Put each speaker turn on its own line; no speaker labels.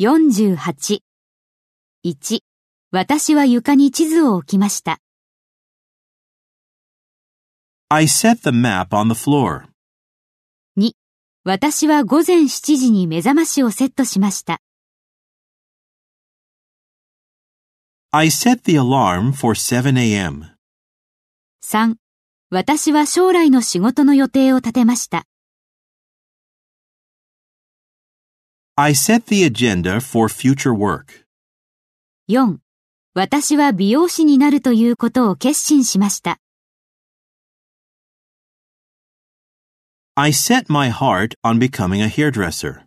48。1、私は床に地図を置きました。
I set the map on the floor.
私は午前7時に目覚ましをセットしました。
I set the alarm for 7 a.m.
3、私は将来の仕事の予定を立てました。
I set the agenda for future work.
4、私は美容師になるということを決心しました。
I set my heart on becoming a hairdresser.